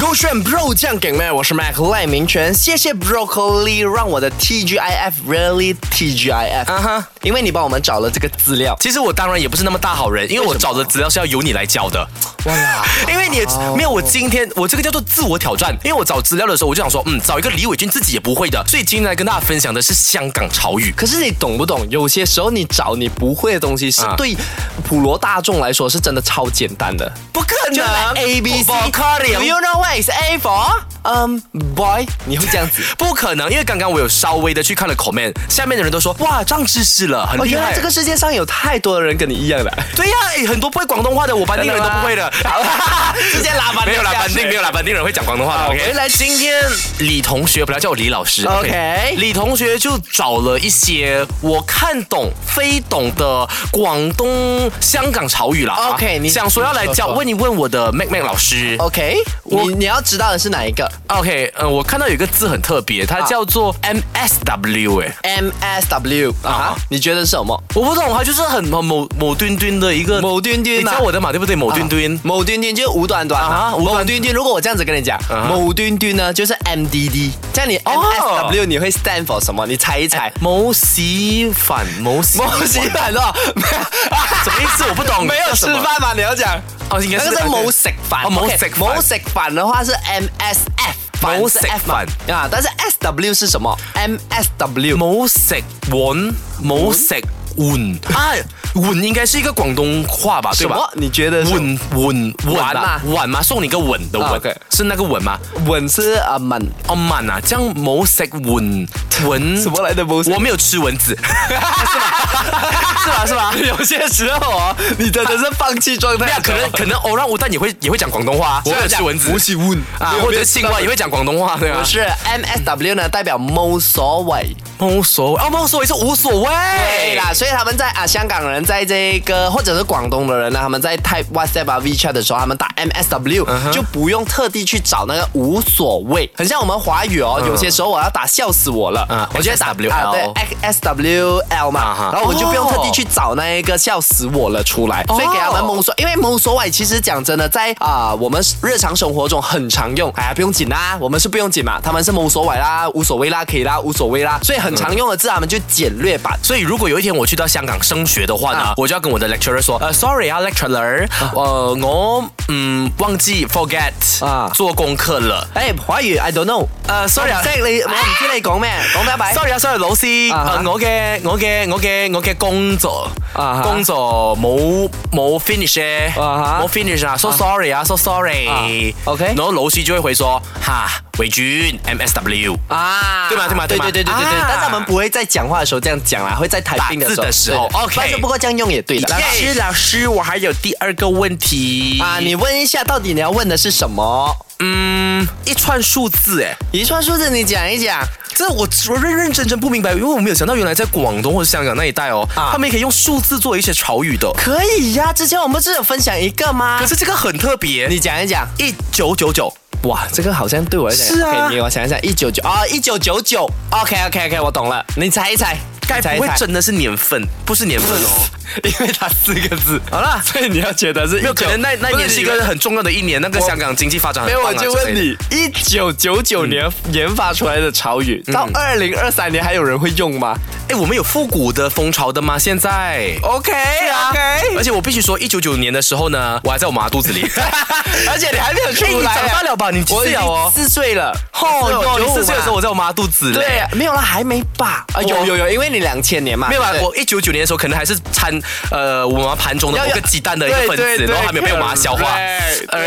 勾选 Bro 酱给妹，我是 Mac 赖明全，谢谢 Broccoli 让我的 TGIF really TGIF，啊哈，因为你帮我们找了这个资料，其实我当然也不是那么大好人，因为我找的资料是要由你来交的。哇啦，因为你也没有我今天我这个叫做自我挑战，因为我找资料的时候我就想说，嗯，找一个李伟俊自己也不会的，所以今天来跟大家分享的是香港潮语。可是你懂不懂？有些时候你找你不会的东西，是啊对普罗大众来说是真的超简单的。不可就来 A B C，不可 Do 能 you，know what is A for？嗯、b o y 你会这 样子。 不可能，因为刚刚我有稍微的去看了 comment，下面的人都说哇，长知识了，很哦，厉原害。啊来这个世界上有太多的人跟你一样的。对呀、诶很多不会广东话的，我班定人都不会 的。好啦， 直接拉板 没有啦，下班去定没有啦，班定人会讲广东话的。好 OK，回来今天李同学，不要叫我李老师。 OK 李同学就找了一些我看懂非懂的广东、香港潮语啦。啊 OK，你想说要来你说哦教说问一问我的 Mac Mac 老师。 OK，我你你要知道的是哪一个 OK，嗯、我看到有一个字很特别，啊它叫做 MSW，哎、 ？MSW 啊啊哈，你觉得是什么？我不懂，它就是很很某某墩墩的一个某啊墩墩呃你嘛教我的嘛，对不对？某墩墩。某端端就是无端端啊啊哈，无端某端端。如果我这样子跟你讲啊哈，哦某端端呢就是 MDD，这样你 MSW 你会 stand for 什么？你猜一猜。某洗反某洗某洗饭咯，什么意思？我不 懂。没有叫吃什么饭嘛？你要讲哦应该是那个是某食饭哦，某 OK，食饭某食饭的话是 MSF，饭某是食 F 嘛啊，但是 SW 是什么？MSW 冇食碗，冇食碗啊，碗应该是一个广东话吧，对什吧么？？你觉得是碗碗碗碗啊啊，碗吗？送你个吻的啊吻，OK，是那个吻吗？稳是啊满哦，满啊，这样冇食碗 吻什么来的某食我没有吃蚊 子，是吧？是吧？有些时候哦，你真的是放弃状那态。可能可能偶然乌蛋也会也会讲广东话啊，我没有吃蚊子，喜问啊，或者青蛙也会讲广东话，对吧不？是 MSW 呢，代表无所谓。无所谓，哦，无所谓是无所谓，对啦，所以他们在啊，香港人在这个或者是广东的人呢，他们在 type WhatsApp 啊 WeChat 的时候，他们打 MSW、就不用特地去找那个无所谓，很像我们华语哦，有些时候我要打笑死我了，嗯我就会打 SWL 啊对 XSWL 嘛，啊哈然后我就不用特地去找那一个笑死我了出来，所以给他们蒙所，因为蒙所谓其实讲真的，在啊、我们日常生活中很常用，哎呀不用紧啦，我们是不用紧嘛，他们是蒙所谓啦，无所谓啦，可以啦，无所谓啦，所以很常用的字他们就简略版。所以如果有一天我去到香港升学的话呢，啊我就要跟我的 lecturer 说，呃，sorry 啊，lecturer，呃，我嗯忘记 forget 啊做功课了。哎，華語 I don't know，呃，sorry 啊即係你我唔知你講咩，講咩拜。 ，sorry 啊，sorry 老師，啊哈呃我嘅我嘅我嘅我嘅工作啊哈工作冇冇 finish 咧，啊哈冇 finish 啊，so sorry 啊，so sorry 啊。，OK 然后老師就會回說，哈，偉君 MSW。啊，對嘛對嘛對对嘛对对对对对啊，但是我们不會在講話的時候這樣講啦，會在台拼的時候。打字的時候對 OK 但是不過這樣用也對的。老師，老師，我還有第二個問題啊，你問一下，到底你要問的是什麼？嗯一串數字哎。一串數字你講一講。这我我认认真真不明白，因为我没有想到原来在广东或者香港那一带哦，啊他们也可以用数字做一些潮语的。可以呀、之前我们不是有分享一個嗎？可是这个很特别，你講一講。一九九九，哇，這個好像對我來講是啊 OK，你我想一想，一九九啊，一九九九。OK OK OK，我懂了。你猜一猜，该猜不一会猜。真的是年份？不是年份哦，因为它四个字。好啦，所以你要觉得是没有可能那那一不是年是一你个很重要的一年，那个香港经济发展很没有，棒啊我就问，之类的你，嗯一九九九年研发出来的潮语，到二零二三年还有人会用吗哎，我们有复古的风潮的吗？现在？OK 啊 OK，而且我必须说，一九九年的时候呢，我还在我妈肚子里。 而且你 还没有出哎，你来啊，长大了吧？你几我岁已了经哦？四岁了，哦哟，你95四岁的时候我嘛在我妈肚子里。对，啊没有啦，还没吧？啊，有有有，因啊为你两千年嘛，没有吧对？不对我一九九年的时候，可能还是掺呃我妈盘中的要某要个鸡蛋的一个分对子，对对然后还没有被我妈消化。 correct 呃，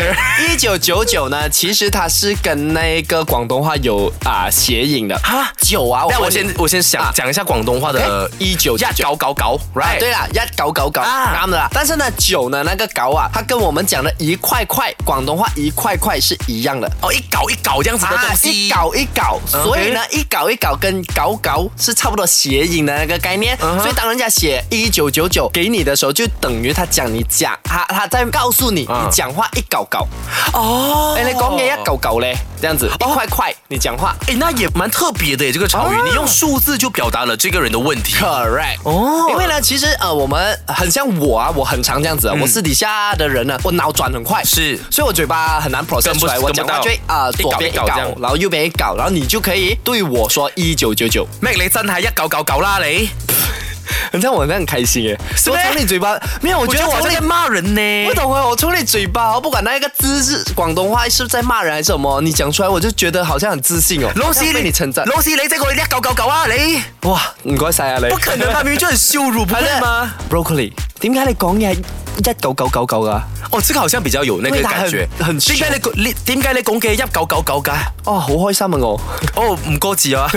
一九九九呢，其实它是跟那个广东话有啊谐音的啊九啊，那我问你先我先想啊讲一下广东话的 OK，1999哎呀搞搞搞啊，right？对啦，要搞搞搞，哎啊啱的啦。但是呢，酒呢那个搞啊，它跟我们讲的一块块广东话一块块是一样的。哦，一搞一搞这样子的啊东，西。一搞一搞，所以呢，一搞一搞跟搞搞是差不多谐音金的那个概念。嗯哼所以当人家写一九九九给你的时候，就等于他讲你讲，他他在告诉你，嗯你讲话一搞搞，哦哎、你讲嘢一搞搞嘞，这样子一块块，你讲话。哎，那也蛮特别的耶，这个潮语，哦你用数字就表达了这个人的问题。 Correct 哦因为呢，其实呃，我们很像我啊，我很常这样子啊，我私底下的人呢，我脑转很快，是所以我嘴巴很难 process 跟不出来，我跟不讲话到就会啊、一搞左边一一搞搞这样，然后右边一搞，然后你就可以对我说一九九九， Mac 你真系一九九九啦你，很像我那样开心耶，咩我从你嘴巴没有，我我觉觉得得我我那在个。骂人呢。不懂啊，我从你嘴巴， 我不管那个字是广东话是在骂人还是什么，你讲出来我就觉得好像很自信哦。老师被你称赞，老师你这个一九九九啊你，哇，唔该晒啊你。不可能啊，明明就很羞辱，不係会咧吗？ ？Broccoli，点解你講嘢係一九九九九啊噶？哦，这个好像比较有那个味道很感觉。很点解你講你點解你講嘅一九九九噶？哦，好開心啊我。哦，唔該字 啊，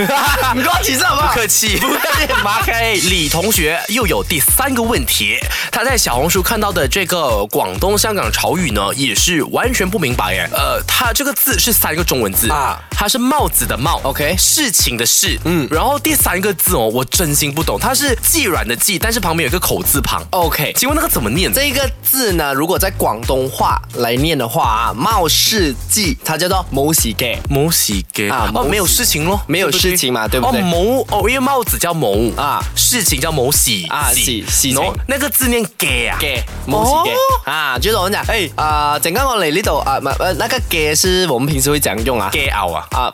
唔該字真係嘛不客气，不客气，麻开。李同学又有第三个问题，他在小红书看到的这个广东香港潮语呢，也是完全不明白耶。呃，它这个字是三个中文字啊啊，它是帽子的帽 OK 事情的事，嗯，然后第三个字哦，我真心不懂，它是既然的既，但是旁边有一个口字旁。 OK，请问那个怎么念？这个字呢，如果在廣東話來念的話啊，貌似記，它叫做冇事嘅。某喜给啊哦，某没有事情咯，没有对不对事情嘛对不对哦，某哦，因为帽子叫某啊啊，事情叫某喜啊喜喜然后情那个字念给啊，嘅，冇事嘅、哦啊，就是我们讲，哎、啊，整个我嚟呢度啊，唔係呃，那個嘅是我們平時會怎樣用啊？给啊啊，哎啊，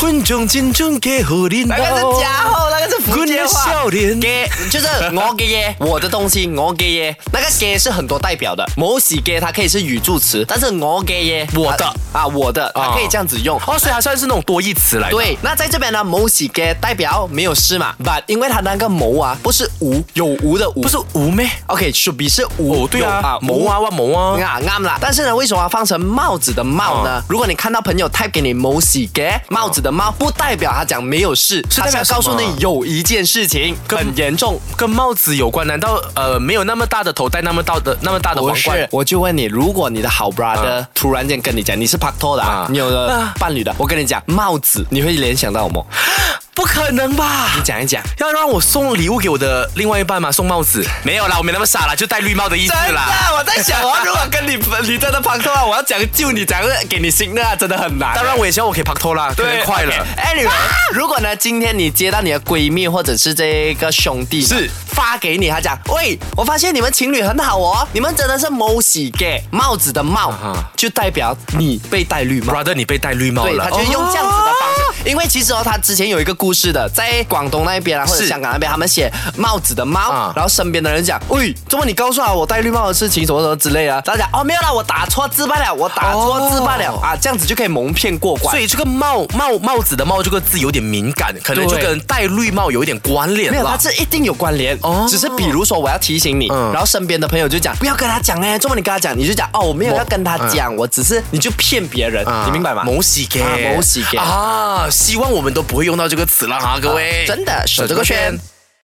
观众心中嘅好领那个是家伙，那个是福建话。脸给就是我给 耶，我的东西我给耶，那个给是很多代表的，某喜给它可以是语助词，但是我给耶，我的啊啊我的，它啊可以这样子用。哦，所以它算是那种多义词来的。对，那在这边呢，某喜给代表没有事嘛，but 因为它那个某啊不是无，有无的无，不是无咩？ OK，should be 是无，哦，对啊有，某啊，哇某啊，啊，啱啦。但是呢，为什么要放成帽子的帽哦呢？如果你看到朋友 type 给你某喜给帽子的帽，不代表他讲没有事，是代他表想告诉什么你有一件事情很严重。跟帽子有关？难道呃没有那么大的头戴那么大的那么大的皇不是冠，？我就问你，如果你的好 brother、嗯突然间跟你讲你是拍拖的啊啊，你有了啊伴侣的，我跟你讲帽子，你会联想到什么？不可能吧？你讲一讲。要让我送礼物给我的另外一半吗？送帽子？没有啦，我没那么傻啦，就戴绿帽的意思真的啦。，哎我在想，我如果跟你你真的拍拖了，我要讲救你，讲给你新的啊，真的很难。当然，我也希望我可以拍拖啦，可能快了。 Anyway，、如果呢，今天你接到你的闺蜜或者是这个兄弟呢是发给你，他讲，喂，我发现你们情侣很好哦，你们真的是某喜给帽子的帽啊哈就代表你被戴绿帽。 Brother，你被戴绿帽对，了，哦他就用这样子的方式，因为其实哦，他之前有一个故事的，在广东那边啊，或者是香港那边，他们写帽子的帽，啊然后身边的人讲，喂，怎么你告诉我我戴绿帽的事情，什么什么之类的，他讲哦没有啦，我打错字罢了，我打错字罢了、哦啊，这样子就可以蒙骗过关所。以这个帽帽帽子的帽这个字有点敏感，可能就对跟戴绿帽有一点关联没有，啦它。是一定有关联。哦只是比如说我要提醒你，嗯然后身边的朋友就讲不要跟他讲哎，这么你跟他讲，你就讲哦我没有要跟他讲，我只是你就骗别人，嗯啊你明白吗？某喜给，啊某喜给啊！希望我们都不会用到这个词了哈，各位。真的守这个圈。